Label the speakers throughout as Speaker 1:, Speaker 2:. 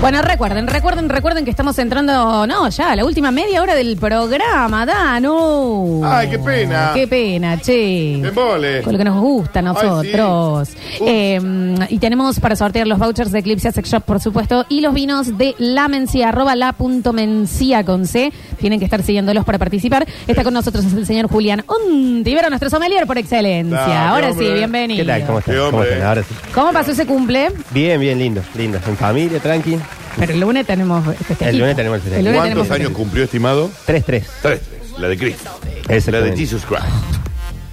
Speaker 1: Bueno, recuerden, recuerden, recuerden que estamos entrando, no, ya, a la última media hora del programa, Danu.
Speaker 2: Ay, qué pena.
Speaker 1: Qué pena, che.
Speaker 2: Embole.
Speaker 1: Con lo que nos gusta a nosotros.
Speaker 2: sí. Ups.
Speaker 1: Eh, y tenemos para sortear los vouchers de Eclipse Sex Shop, por supuesto, y los vinos de la Mencía, arroba la punto Mencía con C. Tienen que estar siguiéndolos para participar. Está con nosotros el señor Julián Ontivero, nuestro sommelier por excelencia.
Speaker 2: Ah, qué
Speaker 1: Ahora sí,
Speaker 2: hombre.
Speaker 1: bienvenido.
Speaker 3: ¿Qué tal? ¿Cómo estás?
Speaker 2: Qué
Speaker 3: ¿Cómo
Speaker 2: hombre,
Speaker 3: están?
Speaker 2: eh.
Speaker 3: Ahora sí.
Speaker 1: ¿Cómo pasó ese cumple?
Speaker 3: Bien, bien, lindo, lindo. En familia, tranqui.
Speaker 1: Pero el lunes tenemos festejito.
Speaker 3: El lunes tenemos el festejito.
Speaker 1: El lunes tenemos
Speaker 2: ¿Cuántos
Speaker 1: el
Speaker 2: años
Speaker 1: festejito.
Speaker 2: cumplió, estimado?
Speaker 3: 3-3.
Speaker 2: Tres, tres. La de Cristo.
Speaker 3: Exactamente.
Speaker 2: La de Jesus Christ.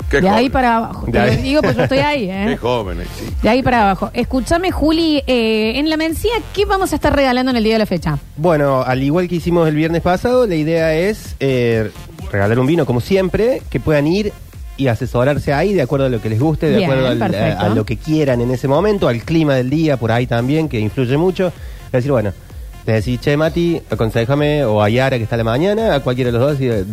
Speaker 2: Qué
Speaker 1: De ahí
Speaker 2: joven.
Speaker 1: para abajo. Te
Speaker 3: De ahí.
Speaker 1: lo digo, pues yo estoy ahí,
Speaker 2: Qué
Speaker 1: ¿eh?
Speaker 2: jóvenes, sí.
Speaker 1: De ahí para abajo. Escúchame, Juli, eh, en la mencía, ¿qué vamos a estar regalando en el día de la fecha?
Speaker 3: Bueno, al igual que hicimos el viernes pasado, la idea es eh, regalar un vino, como siempre, que puedan ir y asesorarse ahí de acuerdo a lo que les guste, de
Speaker 1: Bien,
Speaker 3: acuerdo al- a,
Speaker 1: perfecto.
Speaker 3: a lo que quieran en ese momento, al clima del día, por ahí también, que influye mucho. Es decir, bueno, te decís, che, Mati, aconsejame, o a Yara, que está a la mañana, a cualquiera de los dos, y, eh,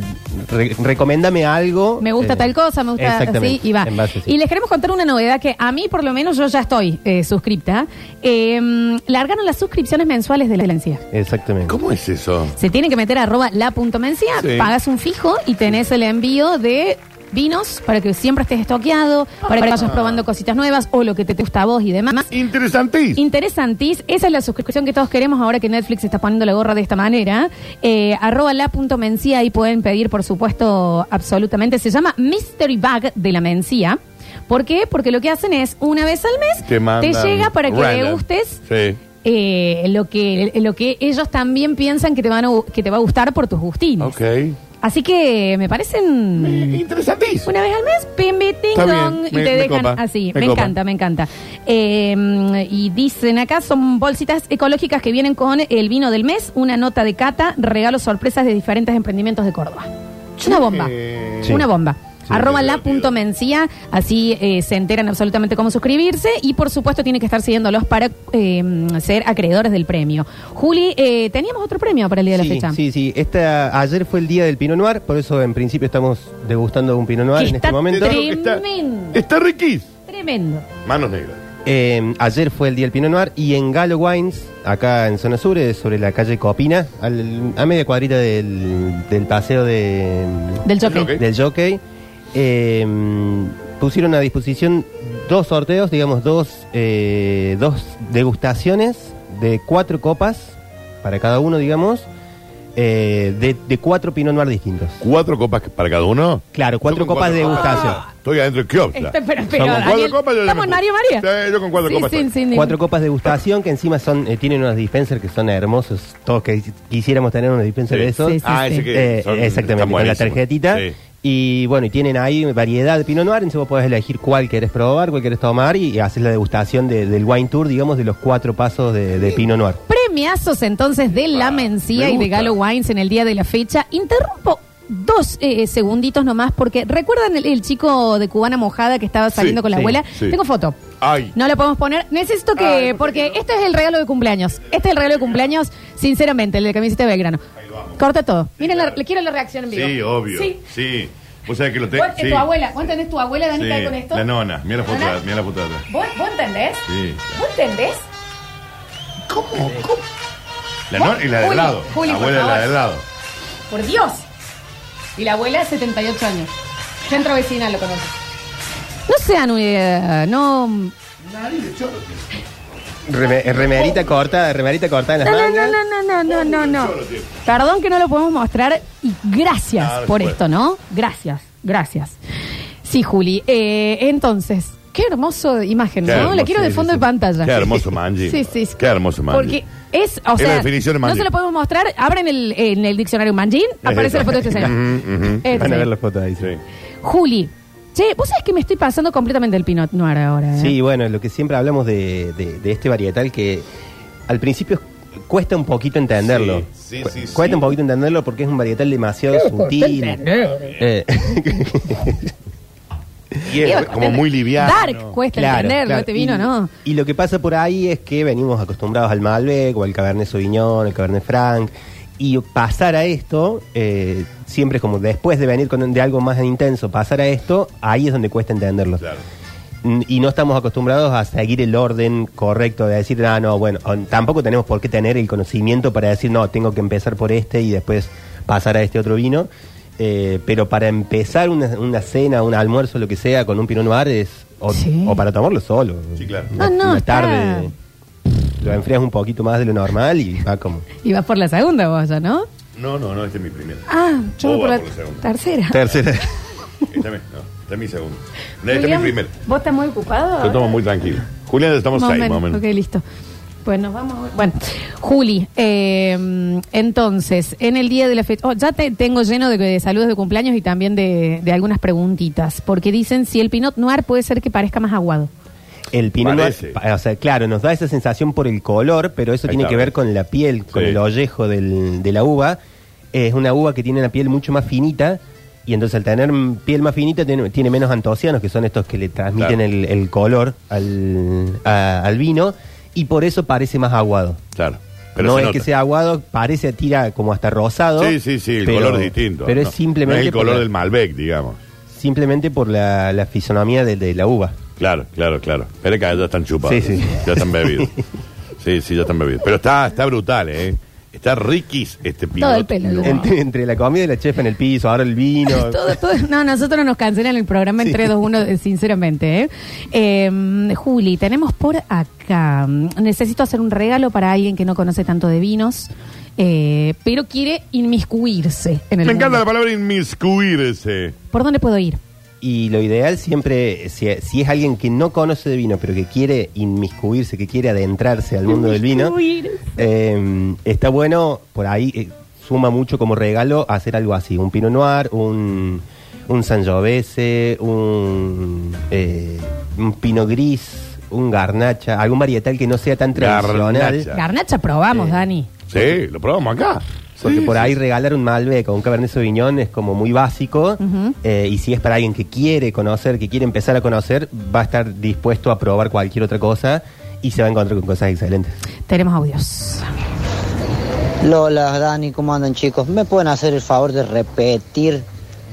Speaker 3: re- recomendame algo.
Speaker 1: Me gusta
Speaker 3: eh,
Speaker 1: tal cosa, me gusta así
Speaker 3: exactamente,
Speaker 1: y va.
Speaker 3: en base, sí.
Speaker 1: Y les queremos contar una novedad que a mí, por lo menos, yo ya estoy eh, suscripta. Eh, mm, largaron las suscripciones mensuales de la mencía.
Speaker 3: Exactamente.
Speaker 2: ¿Cómo es eso?
Speaker 1: Se tiene que meter a arroba la punto mencía,
Speaker 2: Sí.
Speaker 1: pagas un fijo y tenés el envío de vinos para que siempre estés estoqueado, para que vayas probando cositas nuevas o lo que te gusta a vos y demás.
Speaker 2: Interesantísimo.
Speaker 1: Interesantis, esa es la suscripción que todos queremos ahora que Netflix está poniendo la gorra de esta manera. Eh, arroba la punto mencía, ahí pueden pedir, por supuesto, absolutamente. Se llama Mystery Bag de la mencía. ¿Por qué? Porque lo que hacen es, una vez al mes,
Speaker 2: Te mandan
Speaker 1: llega para que
Speaker 2: random.
Speaker 1: degustes
Speaker 2: Sí.
Speaker 1: eh, lo, que, lo que ellos también piensan que te, van a gu- que te va a gustar por tus gustines.
Speaker 2: Ok.
Speaker 1: Así que me parecen...
Speaker 2: Interesantísimo.
Speaker 1: Una vez al mes, pim, bi, ting,
Speaker 2: Está bien,
Speaker 1: dong, y
Speaker 2: me-
Speaker 1: te
Speaker 2: me
Speaker 1: dejan
Speaker 2: copa,
Speaker 1: así. Me,
Speaker 2: me copa.
Speaker 1: encanta, me encanta. Eh, y dicen acá, son bolsitas ecológicas que vienen con el vino del mes, una nota de cata, regalos sorpresas de diferentes emprendimientos de Córdoba. Una bomba,
Speaker 2: Eh,
Speaker 3: Sí.
Speaker 1: una bomba.
Speaker 2: Sí,
Speaker 1: Arroba
Speaker 2: qué
Speaker 1: la
Speaker 2: divertido.
Speaker 1: punto mencía, así eh, se enteran absolutamente cómo suscribirse y por supuesto tienen que estar siguiéndolos para eh, ser acreedores del premio. Juli, eh, teníamos otro premio para el día de
Speaker 3: sí,
Speaker 1: la fecha.
Speaker 3: Sí, sí. Esta, ayer fue el día del Pinot Noir, por eso en principio estamos degustando un Pinot Noir
Speaker 1: Que
Speaker 3: en
Speaker 1: está
Speaker 3: este momento.
Speaker 2: Te digo que está-
Speaker 1: Tremendo.
Speaker 2: Está riquís.
Speaker 1: Tremendo.
Speaker 2: Manos negras.
Speaker 3: Eh, ayer fue el día del Pinot Noir y en Galo Wines, acá en Zona Sur, eh, sobre la calle Copina, al- a media cuadrita del, del paseo de,
Speaker 1: Del choque.
Speaker 2: Del choque.
Speaker 3: del jockey, eh, pusieron a disposición dos sorteos, digamos, dos, eh, dos degustaciones de cuatro copas para cada uno, digamos, eh, de, de cuatro Pinot Noir distintos.
Speaker 2: ¿Cuatro copas para cada uno?
Speaker 3: Claro, cuatro
Speaker 2: Yo con
Speaker 3: copas de degustación.
Speaker 2: Estoy adentro del kiosco.
Speaker 1: Este, pero, pero,
Speaker 3: Somos
Speaker 1: Daniel,
Speaker 2: cuatro copas, yo ya
Speaker 1: estamos
Speaker 2: me
Speaker 1: Mario
Speaker 2: puse.
Speaker 1: María.
Speaker 2: Sí, yo con cuatro
Speaker 1: Sí,
Speaker 2: copas
Speaker 1: sí,
Speaker 2: estoy.
Speaker 1: sí, ningún-
Speaker 3: Cuatro copas de degustación que encima son eh, tienen unos dispensers que son hermosos. Todos que quisiéramos tener unos dispensers
Speaker 2: Sí.
Speaker 3: de esos.
Speaker 1: Sí, sí,
Speaker 2: Ah, ese que
Speaker 3: Eh,
Speaker 2: son- están
Speaker 3: exactamente, con la
Speaker 2: buenísimos.
Speaker 3: tarjetita.
Speaker 2: Sí.
Speaker 3: Y bueno, y tienen ahí variedad de Pinot Noir, entonces vos podés elegir cuál querés probar, cuál querés tomar y, y haces la degustación de- del wine tour, digamos, de los cuatro pasos de, de Pinot Noir.
Speaker 1: Premiazos entonces de La
Speaker 2: Ah,
Speaker 1: Mencía
Speaker 2: me
Speaker 1: y de
Speaker 2: gusta.
Speaker 1: Galo Wines en el día de la fecha. Interrumpo dos eh, segunditos nomás porque recuerdan el, el chico de cubana mojada que estaba saliendo con la
Speaker 3: sí,
Speaker 1: abuela.
Speaker 2: sí.
Speaker 1: Tengo foto.
Speaker 2: Ay.
Speaker 1: No la podemos poner. Necesito que
Speaker 2: Ay, ¿por
Speaker 1: porque
Speaker 2: qué no?
Speaker 1: este es el regalo de cumpleaños. Este es el regalo de cumpleaños. Sinceramente, el de camiseta de Belgrano.
Speaker 2: Ahí vamos.
Speaker 1: Corta todo. Miren, la-
Speaker 2: claro.
Speaker 1: le quiero la reacción en vivo.
Speaker 2: Sí, obvio.
Speaker 1: Sí.
Speaker 2: Sí. Vos sabés que lo tengo.
Speaker 1: ¿Vos, eh, tu abuela, ¿vos entendés tu abuela, Dani,
Speaker 2: Sí,
Speaker 1: con esto?
Speaker 2: La nona. Mira la foto,
Speaker 1: Nona.
Speaker 2: de- mira la foto de atrás.
Speaker 1: ¿Vos, vos entendés?
Speaker 2: Sí.
Speaker 1: ¿Vos entendés?
Speaker 2: ¿Cómo? ¿Cómo? La nona y la de
Speaker 1: Juli,
Speaker 2: al lado.
Speaker 1: Juli,
Speaker 2: la
Speaker 1: por
Speaker 2: abuela y la
Speaker 1: favor.
Speaker 2: de al lado.
Speaker 1: Por Dios. Y la abuela, 78 años. Centro vecinal lo conoce. No sean, eh, no... No,
Speaker 3: Reme- eh, remerita corta, remerita corta en las
Speaker 1: no, no,
Speaker 3: mangas.
Speaker 1: no, no, no, no, no.
Speaker 2: Solo tiene.
Speaker 1: Perdón que no lo podemos mostrar y gracias
Speaker 2: Ah, no
Speaker 1: por
Speaker 2: se puede.
Speaker 1: esto, ¿no? Gracias, gracias. Sí, Juli. eh, entonces, qué hermosa imagen,
Speaker 2: Qué
Speaker 1: ¿no? la
Speaker 2: hermoso,
Speaker 1: quiero de
Speaker 2: sí,
Speaker 1: fondo de
Speaker 2: sí, sí.
Speaker 1: pantalla.
Speaker 2: Qué hermoso Manji.
Speaker 1: Sí, sí. sí.
Speaker 2: Qué hermoso Manji.
Speaker 1: Porque es, o
Speaker 2: Es la
Speaker 1: sea,
Speaker 2: definición de
Speaker 1: no
Speaker 2: Manji.
Speaker 1: se lo podemos mostrar. Abren el, en el diccionario Manjin, aparece
Speaker 2: eso.
Speaker 1: la foto de este señor.
Speaker 2: Ujú, ujú.
Speaker 1: Este
Speaker 3: Van a
Speaker 1: señor.
Speaker 3: ver las fotos ahí. sí.
Speaker 2: Sí.
Speaker 1: Juli, che, vos sabés que me estoy pasando completamente el Pinot Noir ahora. ¿eh?
Speaker 3: Sí, bueno, lo que siempre hablamos de, de- de este varietal que al principio cuesta un poquito entenderlo.
Speaker 2: Sí, sí,
Speaker 3: Cu-
Speaker 2: sí, sí.
Speaker 3: Cuesta un poquito entenderlo porque es un varietal demasiado sutil. Eh,
Speaker 2: Y es como muy liviano.
Speaker 1: Dark, cuesta
Speaker 3: claro,
Speaker 1: entenderlo
Speaker 3: claro.
Speaker 1: este vino,
Speaker 3: y,
Speaker 1: ¿no?
Speaker 3: Y lo que pasa por ahí es que venimos acostumbrados al Malbec o al Cabernet Sauvignon, al Cabernet Franc. Y pasar a esto, eh, siempre es como después de venir con, de algo más intenso, pasar a esto, ahí es donde cuesta entenderlo.
Speaker 2: Claro.
Speaker 3: n- y no estamos acostumbrados a seguir el orden correcto de decir, ah, no, bueno, o- tampoco tenemos por qué tener el conocimiento para decir, no, tengo que empezar por este y después pasar a este otro vino. Eh, pero para empezar una, una cena, un almuerzo, lo que sea, con un Pinot Noir es. O,
Speaker 1: Sí.
Speaker 3: o para tomarlo solo.
Speaker 2: Sí, claro.
Speaker 1: Ah,
Speaker 3: Una,
Speaker 1: no,
Speaker 3: una
Speaker 1: está-
Speaker 3: tarde. Lo enfrías un poquito más de lo normal y va como.
Speaker 1: Y vas por la segunda vos ya, ¿no?
Speaker 2: No, no, no, este es mi primero.
Speaker 1: Ah, yo voy
Speaker 2: Vos
Speaker 1: por la,
Speaker 2: vas segunda.
Speaker 1: tercera.
Speaker 3: Tercera.
Speaker 2: Esta es mi- no, esta es mi segundo. No, esta es mi
Speaker 1: Julián,
Speaker 2: primero.
Speaker 1: ¿Vos estás muy ocupado?
Speaker 2: Lo tomo muy tranquilo. Julián, estamos ahí, más o menos.
Speaker 1: Ok, listo. Pues nos vamos. Bueno, Juli, eh, entonces, en el día de la fecha. oh, ya te tengo lleno de, de saludos de cumpleaños y también de, de algunas preguntitas. Porque dicen si el Pinot Noir puede ser que parezca más aguado.
Speaker 3: El Pinot Noir,
Speaker 2: Parece.
Speaker 3: pa- o sea, claro, nos da esa sensación por el color, pero eso
Speaker 2: Ahí
Speaker 3: tiene
Speaker 2: está.
Speaker 3: que ver con la piel, con
Speaker 2: Sí.
Speaker 3: el ollejo del- de la uva. Es una uva que tiene una piel mucho más finita y entonces al tener mm, piel más finita tiene, tiene menos antocianos, que son estos que le transmiten
Speaker 2: Claro.
Speaker 3: el, el color al, a- al vino y por eso parece más aguado.
Speaker 2: Claro. Pero
Speaker 3: no
Speaker 2: se
Speaker 3: es
Speaker 2: nota.
Speaker 3: que sea aguado, parece tira como hasta rosado.
Speaker 2: Sí, sí, sí, el
Speaker 3: pero-
Speaker 2: color es distinto.
Speaker 3: Pero
Speaker 2: No,
Speaker 3: es simplemente
Speaker 2: no es el
Speaker 3: por
Speaker 2: color
Speaker 3: la-
Speaker 2: del Malbec, digamos.
Speaker 3: simplemente por la, la fisonomía de, de la uva.
Speaker 2: Claro, claro, claro. Pero que ya están chupados.
Speaker 3: Sí, sí.
Speaker 2: Ya están bebidos. sí, sí, ya están bebidos. Pero está, está brutal, ¿eh? Está riquis este pinot.
Speaker 1: Todo el pelo,
Speaker 2: Noir.
Speaker 1: Wow. digamos.
Speaker 3: Entre, entre la comida y la chefa en el piso, ahora el vino.
Speaker 1: Todo- todo- no, nosotros nos cancelan el programa en 3, 2, 1, eh, sinceramente. ¿eh? Eh, Juli, tenemos por acá. mm, Necesito hacer un regalo para alguien que no conoce tanto de vinos, eh, pero quiere inmiscuirse en el
Speaker 2: Me encanta
Speaker 1: mundo.
Speaker 2: la palabra inmiscuirse.
Speaker 1: ¿Por dónde puedo ir?
Speaker 3: Y lo ideal siempre, si, si es alguien que no conoce de vino, pero que quiere inmiscuirse, que quiere adentrarse al mundo del vino,
Speaker 1: Inmiscuirse.
Speaker 3: eh, está bueno, por ahí eh, suma mucho como regalo hacer algo así, un Pinot Noir, un, un Sangiovese, un, eh, un Pinot Gris, un Garnacha, algún varietal que no sea tan tradicional.
Speaker 2: Garnacha.
Speaker 1: Garnacha probamos, Dani.
Speaker 2: Sí, lo probamos acá.
Speaker 3: Porque
Speaker 2: Sí,
Speaker 3: por
Speaker 2: sí,
Speaker 3: ahí
Speaker 2: sí.
Speaker 3: regalar un Malbec o un Cabernet Sauvignon es como muy básico.
Speaker 1: Ujú.
Speaker 3: eh, y si es para alguien que quiere conocer, que quiere empezar a conocer, va a estar dispuesto a probar cualquier otra cosa y se va a encontrar con cosas excelentes.
Speaker 1: Tenemos audios.
Speaker 4: Lola, Dani, ¿cómo andan chicos? ¿Me pueden hacer el favor de repetir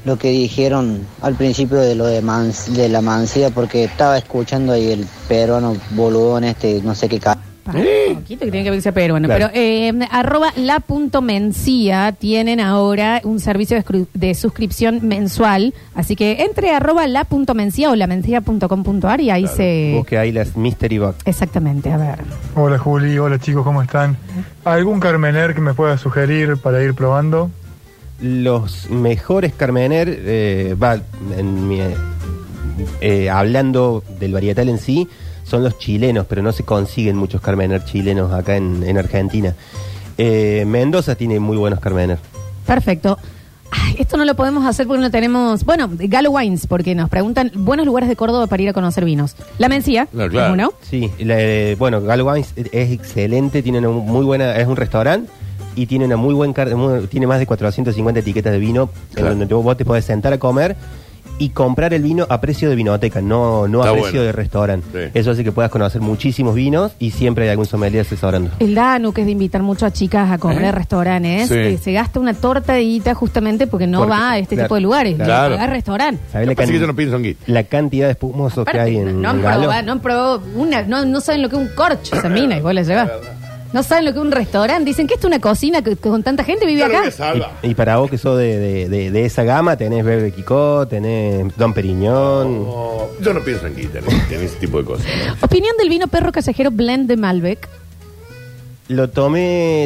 Speaker 4: lo que dijeron al principio de lo de, mans- de la mansía? Porque estaba escuchando ahí el peruano boludón este, no sé qué ca-
Speaker 1: Para un poquito que tiene que ver que sea peruano.
Speaker 3: Claro.
Speaker 1: Pero eh, arroba la punto mencía tienen ahora un servicio de, escru- de suscripción mensual. Así que entre arroba la punto mencía o la mencía.com.ar y ahí se...
Speaker 3: Busque ahí las Mystery Box.
Speaker 1: Exactamente, a ver.
Speaker 5: Hola Juli, hola chicos, ¿cómo están? ¿Algún Carmener que me pueda sugerir para ir probando?
Speaker 3: Los mejores Carmener, eh, va, en mi, eh, eh, hablando del varietal en sí, son los chilenos, pero no se consiguen muchos Carmener chilenos acá en, en Argentina. Eh, Mendoza tiene muy buenos Carmener.
Speaker 1: Perfecto. Ay, esto no lo podemos hacer porque no tenemos... Bueno, Galo Wines, porque nos preguntan buenos lugares de Córdoba para ir a conocer vinos. La mencía,
Speaker 2: No, claro.
Speaker 1: uno.
Speaker 3: Sí, la- eh, bueno, Galo Wines es excelente, tiene una muy buena, es un restaurante y tiene una muy buen car- muy- tiene más de 450 etiquetas de vino
Speaker 2: Claro.
Speaker 3: en donde tú- vos te podés sentar a comer y comprar el vino a precio de vinoteca, no no a
Speaker 2: Está
Speaker 3: precio
Speaker 2: bueno.
Speaker 3: de restaurante.
Speaker 2: Sí.
Speaker 3: Eso hace que puedas conocer muchísimos vinos y siempre hay algún sommelier asesorando.
Speaker 1: El Danu, que es de invitar mucho a chicas a comer
Speaker 2: ¿Eh?
Speaker 1: a restaurantes,
Speaker 2: Sí.
Speaker 1: eh, se gasta una tortadita justamente porque no
Speaker 3: Porque-
Speaker 1: va a este
Speaker 3: claro,
Speaker 1: tipo de lugares.
Speaker 3: claro.
Speaker 1: Va a restaurante.
Speaker 3: ¿Sabés la,
Speaker 2: Así que
Speaker 3: can-
Speaker 2: yo no pienso en guita.
Speaker 3: la cantidad de espumosos que hay en,
Speaker 1: no, han
Speaker 3: en Galo?
Speaker 1: probado, no han probado una, no, no saben lo que es un corcho esa mina y vos la llevas. No saben lo que es un restaurante. Dicen que esto es una cocina que, que con tanta gente vive
Speaker 2: Claro
Speaker 1: acá.
Speaker 2: que salva.
Speaker 3: Y, y para vos que sos de, de- de- de esa gama, tenés Bebe Quicó, tenés Don Periñón.
Speaker 2: No, Oh, yo no pienso en ¿eh? guita, en, en ese tipo de cosas.
Speaker 1: Opinión del vino perro callejero blend de Malbec.
Speaker 3: Lo tomé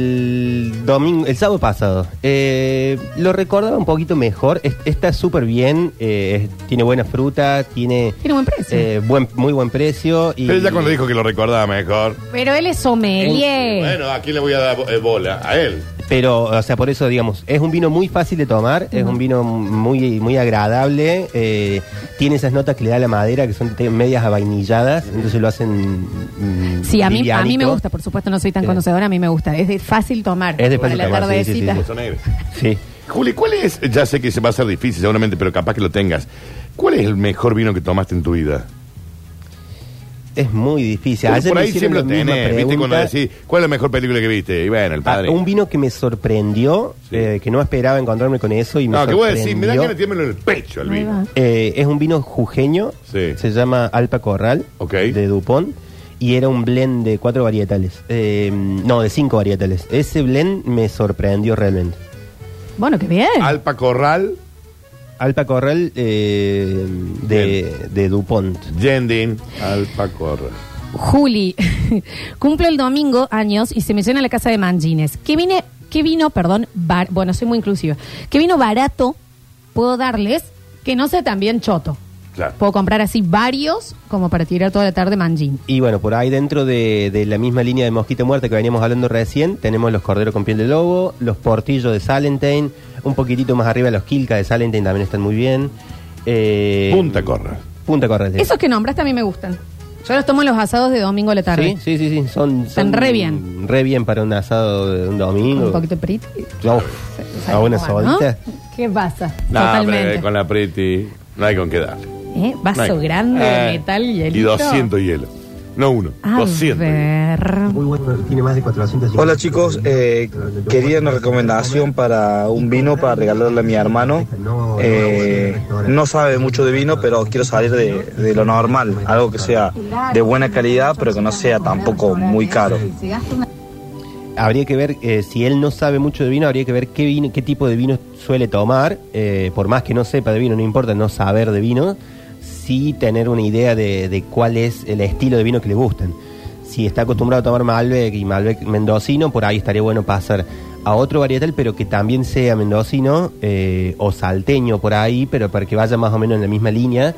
Speaker 3: el domingo, el sábado pasado. Eh, lo recordaba un poquito mejor. Es- está súper bien. eh, es- tiene buena fruta, tiene
Speaker 1: Tiene buen precio.
Speaker 3: eh, buen, muy buen precio. Y
Speaker 2: Pero ya cuando dijo que lo recordaba mejor.
Speaker 1: Pero él es sommelier.
Speaker 2: Bueno, aquí le voy a dar bo- eh, bola a él.
Speaker 3: Pero, o sea, por eso, digamos, es un vino muy fácil de tomar, es un vino muy, muy agradable, eh, tiene esas notas que le da la madera, que son te- medias avainilladas, entonces lo hacen... mm,
Speaker 1: Sí, a mí, a mí me
Speaker 3: livianito.
Speaker 1: gusta, por supuesto, no soy tan
Speaker 3: Eh.
Speaker 1: conocedora, a mí me gusta. Es de fácil tomar.
Speaker 3: Es de
Speaker 1: Para
Speaker 3: fácil
Speaker 1: la
Speaker 3: tomar, sí, sí, sí,
Speaker 1: tardecita.
Speaker 3: sí.
Speaker 2: Son negros.
Speaker 3: Sí.
Speaker 2: Juli, ¿cuál es? Ya sé que se va a ser difícil seguramente, pero capaz que lo tengas. ¿Cuál es el mejor vino que tomaste en tu vida?
Speaker 3: es muy difícil.
Speaker 2: Pero
Speaker 3: Ayer
Speaker 2: por
Speaker 3: me
Speaker 2: ahí
Speaker 3: hicieron
Speaker 2: siempre
Speaker 3: la
Speaker 2: lo
Speaker 3: misma
Speaker 2: tenés, ¿viste? Cuando
Speaker 3: pregunta.
Speaker 2: decís, ¿cuál es la mejor película que viste? Y bueno, el padre.
Speaker 3: Ah, un vino que me sorprendió,
Speaker 2: Sí.
Speaker 3: eh, que no esperaba encontrarme con eso y me
Speaker 2: no, que vos
Speaker 3: sorprendió.
Speaker 2: decís, me da que metérmelo en el pecho el
Speaker 1: Ahí
Speaker 2: vino.
Speaker 1: va.
Speaker 3: Eh, es un vino jujeño,
Speaker 2: Sí.
Speaker 3: se llama Alpa Corral,
Speaker 2: Ok.
Speaker 3: de Dupont, y era un blend de cuatro varietales. Eh, no, de cinco varietales. Ese blend me sorprendió realmente.
Speaker 1: Bueno, qué bien.
Speaker 2: Alpa Corral,
Speaker 3: Alpa Corral eh, de, de Dupont.
Speaker 2: Yendin, Alpa Corral.
Speaker 1: Juli, cumplo el domingo años y se me llena la casa de mangines. ¿Qué, vine, qué vino, perdón, bar- bueno, soy muy inclusiva, qué vino barato puedo darles que no sea también choto?
Speaker 2: Claro.
Speaker 1: Puedo comprar así varios como para tirar toda la tarde mangín.
Speaker 3: Y bueno, por ahí dentro de, de la misma línea de mosquito muerta que veníamos hablando recién, tenemos los corderos con piel de lobo, los portillos de Salentine, un poquitito más arriba los quilca de Salentine también están muy bien. Eh,
Speaker 2: Punta Corral.
Speaker 3: Punta Corral. sí.
Speaker 1: Esos que nombraste a mí me gustan. Yo los tomo en los asados de domingo a la tarde.
Speaker 3: Sí, sí, sí, sí, Son,
Speaker 1: Están
Speaker 3: son
Speaker 1: re bien.
Speaker 3: Re bien para un asado de
Speaker 1: Con
Speaker 3: un domingo.
Speaker 1: Un poquito de perito.
Speaker 3: Uf, a Ah, una
Speaker 1: ¿no?
Speaker 3: sobadita.
Speaker 1: ¿Qué pasa?
Speaker 2: No,
Speaker 1: Totalmente.
Speaker 2: hombre, con la Pretty no hay con qué darle.
Speaker 1: ¿Eh? Vaso
Speaker 2: No hay-
Speaker 1: grande de
Speaker 2: Eh,
Speaker 1: metal y Ah, el
Speaker 2: Y 200 hielos. No uno,
Speaker 1: A
Speaker 2: 200. hielos.
Speaker 1: ver.
Speaker 6: Hola chicos, eh, quería una recomendación para un vino para regalarle a mi hermano. Eh, no sabe mucho de vino, pero quiero salir de, de lo normal, algo que sea de buena calidad, pero que no sea tampoco muy caro.
Speaker 3: Habría que ver, eh, si él no sabe mucho de vino, habría que ver qué, vino, qué tipo de vino suele tomar. eh, por más que no sepa de vino, no importa no saber de vino, sí tener una idea de, de cuál es el estilo de vino que le gustan. Si está acostumbrado a tomar Malbec y Malbec mendocino, por ahí estaría bueno pasar a otro varietal, pero que también sea mendocino eh, o salteño por ahí, pero para que vaya más o menos en la misma línea.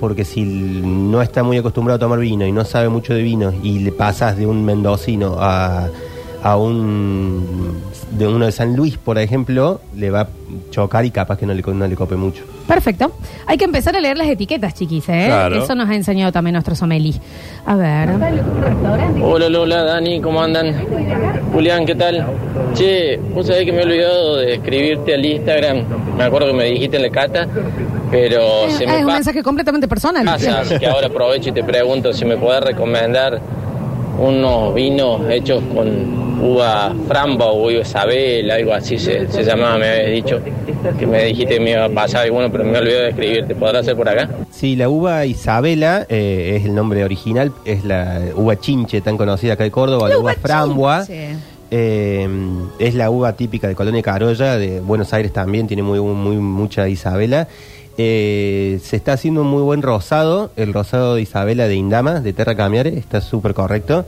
Speaker 3: Porque si l- no está muy acostumbrado a tomar vino y no sabe mucho de vino y le pasas de un mendocino a, a un de uno de San Luis, por ejemplo, le va a chocar y capaz que no le, co- no le cope mucho.
Speaker 1: Perfecto. Hay que empezar a leer las etiquetas, chiquis, ¿eh?
Speaker 2: Claro.
Speaker 1: Eso nos ha enseñado también nuestro sommelier. A ver.
Speaker 7: Hola Lola, Dani, ¿cómo andan? Julián, ¿qué tal? Che, vos sabés que me he olvidado de escribirte al Instagram. Me acuerdo que me dijiste en la cata, pero se
Speaker 1: Ah,
Speaker 7: me
Speaker 1: es un
Speaker 7: pa- Ah,
Speaker 1: mensaje completamente personal.
Speaker 7: pasa. Así que ahora aprovecho y te pregunto si me podés recomendar unos vinos hechos con uva framba o uva isabel, algo así se, se llamaba, me habías dicho. Que me dijiste que me iba a pasar alguno, pero me he olvidado de escribirte. ¿Podrás hacer por acá?
Speaker 3: Sí, la uva Isabela eh, es el nombre original, es la uva chinche tan conocida acá de Córdoba, la,
Speaker 1: La
Speaker 3: uva,
Speaker 1: uva
Speaker 3: frambua.
Speaker 1: chinche.
Speaker 3: Eh, es la uva típica de Colonia Carolla, de Buenos Aires también tiene muy, muy mucha Isabela. Eh, se está haciendo un muy buen rosado, el rosado de Isabela de Indama, de Terra Camiare, está súper correcto.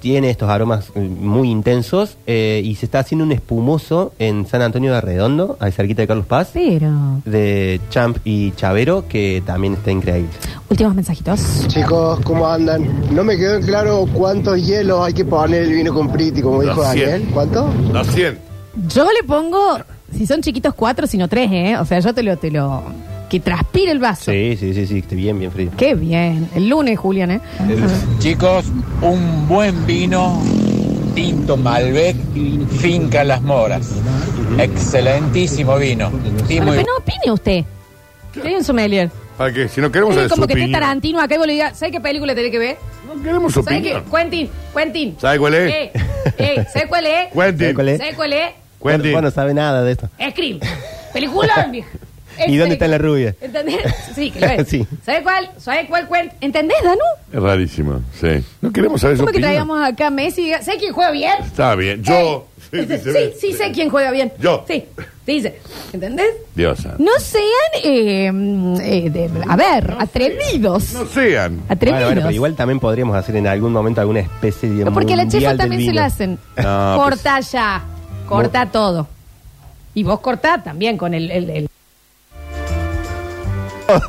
Speaker 3: Tiene estos aromas eh, muy intensos eh, y se está haciendo un espumoso en San Antonio de Redondo, ahí cerquita de Carlos Paz
Speaker 1: Pero.
Speaker 3: de Champ y Chavero, que también está increíble.
Speaker 1: Últimos mensajitos.
Speaker 8: Chicos, ¿cómo andan? No me quedó en claro cuántos hielos hay que poner el vino con priti, como dijo
Speaker 2: Doscientos.
Speaker 8: Daniel. ¿Cuánto?
Speaker 2: 200.
Speaker 1: Yo le pongo, si son chiquitos, cuatro, sino tres, ¿eh? O sea, yo te lo. Te lo que transpire el vaso.
Speaker 3: Sí, sí, sí, sí, está bien, bien frío.
Speaker 1: Qué bien. El lunes, Julián, ¿eh?
Speaker 9: Chicos, un buen vino, tinto Malbec, finca Las Moras. Excelentísimo vino. Y
Speaker 1: Pero
Speaker 9: muy
Speaker 1: que no opine usted. Tiene un sommelier.
Speaker 2: Para que si no queremos
Speaker 1: Es
Speaker 2: saber su
Speaker 1: Eh, como que esté
Speaker 2: opinión.
Speaker 1: Tarantino acá y vos le digas, ¿sabes qué película tenés que ver?
Speaker 2: No queremos su
Speaker 1: ¿Sabes qué?
Speaker 2: opinión.
Speaker 1: Quentin, Quentin.
Speaker 2: ¿Sabe cuál es?
Speaker 1: Eh, eh, ¿Sabes cuál es?
Speaker 2: Quentin.
Speaker 3: ¿Sabe cuál es?
Speaker 1: ¿Sabes cuál es?
Speaker 2: Quentin.
Speaker 3: Vos no sabe nada de esto.
Speaker 1: Scream. Peliculón, vieja. Es
Speaker 3: ¿Y dónde está la rubia?
Speaker 1: ¿Entendés? Sí, que lo es.
Speaker 3: Sí.
Speaker 1: ¿Sabes cuál? ¿Sabes cuál cuenta? ¿Entendés, Danu?
Speaker 2: Es rarísimo, sí. No queremos saber su
Speaker 1: ¿Cómo que
Speaker 2: opinión.
Speaker 1: traigamos acá a Messi y diga, ¿sabes quién juega bien?
Speaker 2: Está bien, yo.
Speaker 1: Eh,
Speaker 2: Sí, sí,
Speaker 1: Sí,
Speaker 2: se ve.
Speaker 1: sí, sé quién juega bien.
Speaker 2: Yo.
Speaker 1: Sí, dice. ¿Entendés?
Speaker 2: Dios santo.
Speaker 1: No sean, eh, mm, eh, de- a ver, atrevidos.
Speaker 2: No sean.
Speaker 1: Atrevidos.
Speaker 3: Bueno, bueno, pero igual también podríamos hacer en algún momento alguna especie de.
Speaker 1: No, porque a la
Speaker 3: mundial
Speaker 1: chefa
Speaker 3: del
Speaker 1: también se
Speaker 3: vino.
Speaker 1: la hacen.
Speaker 2: No, pues,
Speaker 1: corta ya. Corta todo. Y vos cortá también con el. el- el-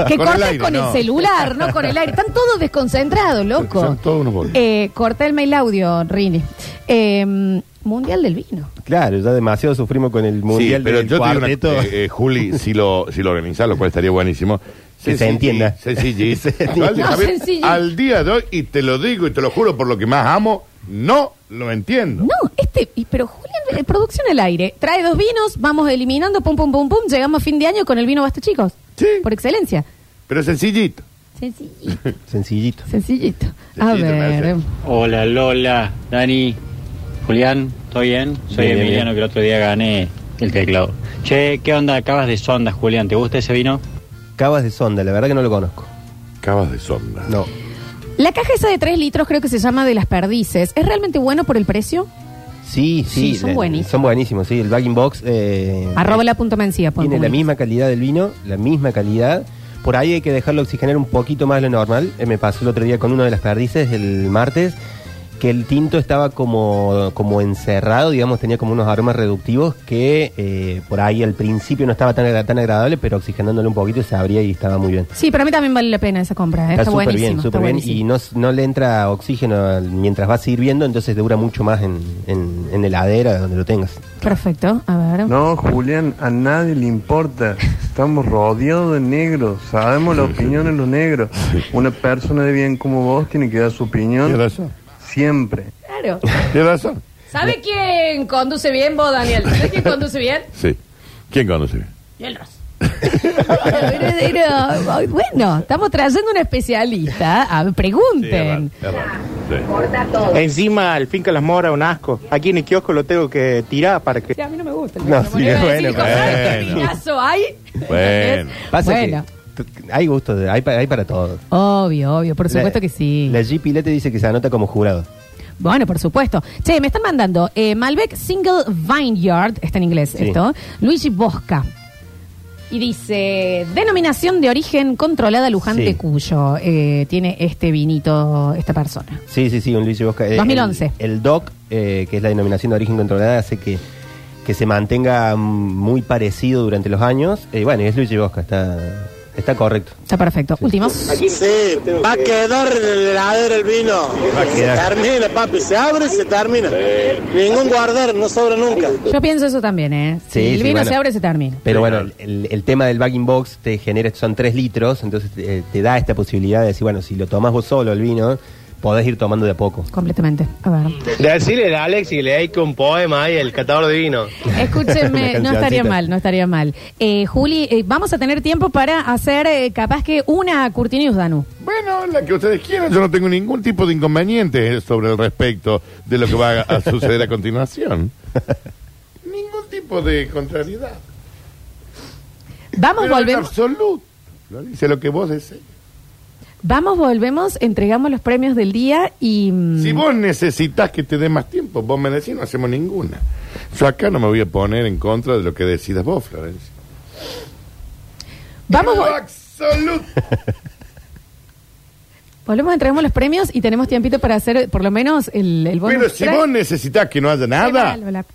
Speaker 1: que
Speaker 2: Con el
Speaker 1: cortás
Speaker 2: aire,
Speaker 1: con
Speaker 2: no.
Speaker 1: el celular, no con el aire. Están todos desconcentrados, loco.
Speaker 2: Son todos unos boludos.
Speaker 1: Eh, corta el mail audio, Rini. Eh, mundial del vino.
Speaker 3: Claro, ya demasiado sufrimos con el mundial
Speaker 2: sí, pero
Speaker 3: del
Speaker 2: yo te digo una-
Speaker 3: cuarteto.
Speaker 2: eh, eh, Juli, si lo, si lo organizás, lo cual estaría buenísimo.
Speaker 3: Que se entienda.
Speaker 2: Sencillís.
Speaker 3: Que se
Speaker 2: Yo al-
Speaker 1: entienda.
Speaker 2: a ver,
Speaker 1: No, sencillís.
Speaker 2: Al día de hoy, y te lo digo y te lo juro por lo que más amo, no lo entiendo.
Speaker 1: No, este. y- Pero Julián, eh, producción al aire. Trae dos vinos, vamos eliminando, pum, pum, pum, pum. Llegamos a fin de año con el vino basta, chicos.
Speaker 2: Sí.
Speaker 1: Por excelencia.
Speaker 2: Pero sencillito.
Speaker 1: Sencillito.
Speaker 2: eh.
Speaker 3: Sencillito.
Speaker 1: Sencillito. A
Speaker 2: Sencillito,
Speaker 1: ver. em.
Speaker 2: gracias.
Speaker 9: Hola Lola, Dani, Julián, ¿todo bien? Soy
Speaker 3: Bien, bien,
Speaker 9: Emiliano,
Speaker 3: bien.
Speaker 9: que el otro día gané el teclado. Che, ¿qué onda? Acabas de sondas, Julián, ¿te gusta ese vino?
Speaker 3: Cabas de sonda, la verdad que no lo conozco.
Speaker 2: Cabas de sonda.
Speaker 3: No.
Speaker 1: La caja esa de 3 litros creo que se llama de las perdices. ¿Es realmente bueno por el precio?
Speaker 3: Sí, sí.
Speaker 1: Sí, son
Speaker 3: la-
Speaker 1: buenísimos.
Speaker 3: Son buenísimos, sí. El bagging box. Eh,
Speaker 1: Arroba la punto mencía. por
Speaker 3: Tiene la
Speaker 1: favor.
Speaker 3: misma calidad del vino, la misma calidad. Por ahí hay que dejarlo oxigenar un poquito más de lo normal. Eh, me pasó el otro día con uno de las perdices el martes, que el tinto estaba como, como encerrado, digamos, tenía como unos aromas reductivos que eh, por ahí al principio no estaba tan, agra- tan agradable, pero oxigenándolo un poquito se abría y estaba muy bien.
Speaker 1: Sí, para mí también vale la pena esa compra. ¿eh? Está,
Speaker 3: súper
Speaker 1: buenísimo.
Speaker 3: bien,
Speaker 1: está
Speaker 3: súper bien.
Speaker 1: buenísimo.
Speaker 3: Y no, s- no le entra oxígeno al- mientras va sirviendo, entonces dura mucho más en, en, en heladera, donde lo tengas.
Speaker 1: Perfecto. A ver.
Speaker 10: No, Julián, a nadie le importa. Estamos rodeados de negros. Sabemos la opinión de los negros. Una persona de bien como vos tiene que dar su
Speaker 2: Tienes
Speaker 10: opinión
Speaker 2: razón.
Speaker 10: siempre.
Speaker 1: Claro.
Speaker 2: Tienes razón.
Speaker 1: ¿Sabe quién conduce bien vos, Daniel? ¿Sabe quién conduce bien?
Speaker 2: Sí. ¿Quién conoce?
Speaker 1: Daniel Ross. bueno, estamos trayendo un especialista. A ver, pregunten.
Speaker 2: es raro. Sí.
Speaker 3: Eh,
Speaker 9: Encima, el finca Las Moras, un asco. Aquí en el kiosco lo tengo que tirar para que...
Speaker 1: Sí, a mí no me gusta.
Speaker 3: No, sí,
Speaker 1: Iba a decir,
Speaker 3: bueno,
Speaker 1: dijo, ¿sabe qué
Speaker 2: bueno.
Speaker 1: minazo hay?
Speaker 2: Bueno.
Speaker 3: Pasa
Speaker 1: Bueno.
Speaker 3: que t- hay gusto, de- hay, pa- hay para todo.
Speaker 1: Obvio, obvio, por supuesto
Speaker 3: La-
Speaker 1: que sí.
Speaker 3: La G Pilete dice que se anota como jurado.
Speaker 1: Bueno, por supuesto. Che, me están mandando eh, Malbec Single Vineyard, está en inglés
Speaker 3: Sí.
Speaker 1: esto, Luigi Bosca. Y dice, denominación de origen controlada Luján
Speaker 3: Sí.
Speaker 1: de Cuyo. Eh, tiene este vinito, esta persona.
Speaker 3: Sí, sí, sí, un Luigi Bosca. Eh,
Speaker 1: 2011.
Speaker 3: El, el DOC, eh, que es la denominación de origen controlada, hace que, que se mantenga mm, muy parecido durante los años. Eh, bueno, y es Luigi Bosca, está, está correcto.
Speaker 1: Está perfecto. Últimos.
Speaker 6: Sí, va a quedar heladero el vino.
Speaker 3: quedar.
Speaker 6: termina, papi. Se abre y se termina. Ningún guardar, no sobra nunca.
Speaker 1: Yo pienso eso también, ¿eh? Si
Speaker 3: Sí,
Speaker 1: el
Speaker 3: sí,
Speaker 1: vino
Speaker 3: bueno.
Speaker 1: se abre, se termina.
Speaker 3: Pero
Speaker 2: Sí,
Speaker 3: bueno,
Speaker 2: claro.
Speaker 3: el, el tema del bagging box te genera, son 3 litros, entonces eh, te da esta posibilidad de decir, bueno, si lo tomás vos solo el vino, podés ir tomando de a poco.
Speaker 1: Completamente. A ver.
Speaker 9: Decirle a Alex y le hay que un poema ahí, el catador de vino.
Speaker 3: Una
Speaker 1: Escúchenme, no
Speaker 3: cancioncita.
Speaker 1: estaría mal, no estaría mal. Eh, Juli, eh, vamos a tener tiempo para hacer eh, capaz que una Curtinius Danu.
Speaker 2: Bueno, la que ustedes quieran, yo no tengo ningún tipo de inconveniente sobre el respecto de lo que va a, a suceder a continuación. ningún tipo de contrariedad.
Speaker 1: Vamos,
Speaker 2: Pero en
Speaker 1: volvemos.
Speaker 2: absoluto. Lo dice lo que vos desees.
Speaker 1: Vamos, volvemos, entregamos los premios del día y... mm,
Speaker 2: Si vos necesitas que te dé más tiempo, vos me decís, no hacemos ninguna. Yo acá no me voy a poner en contra de lo que decidas vos, Florencia.
Speaker 1: vamos,
Speaker 2: En lo
Speaker 1: vol-
Speaker 2: absoluto.
Speaker 1: volvemos, entregamos los premios y tenemos tiempito para hacer eh, por lo menos el, el bonus
Speaker 2: Pero si
Speaker 1: track.
Speaker 2: vos necesitas que no haya
Speaker 1: Qué
Speaker 2: nada,
Speaker 1: malo, la-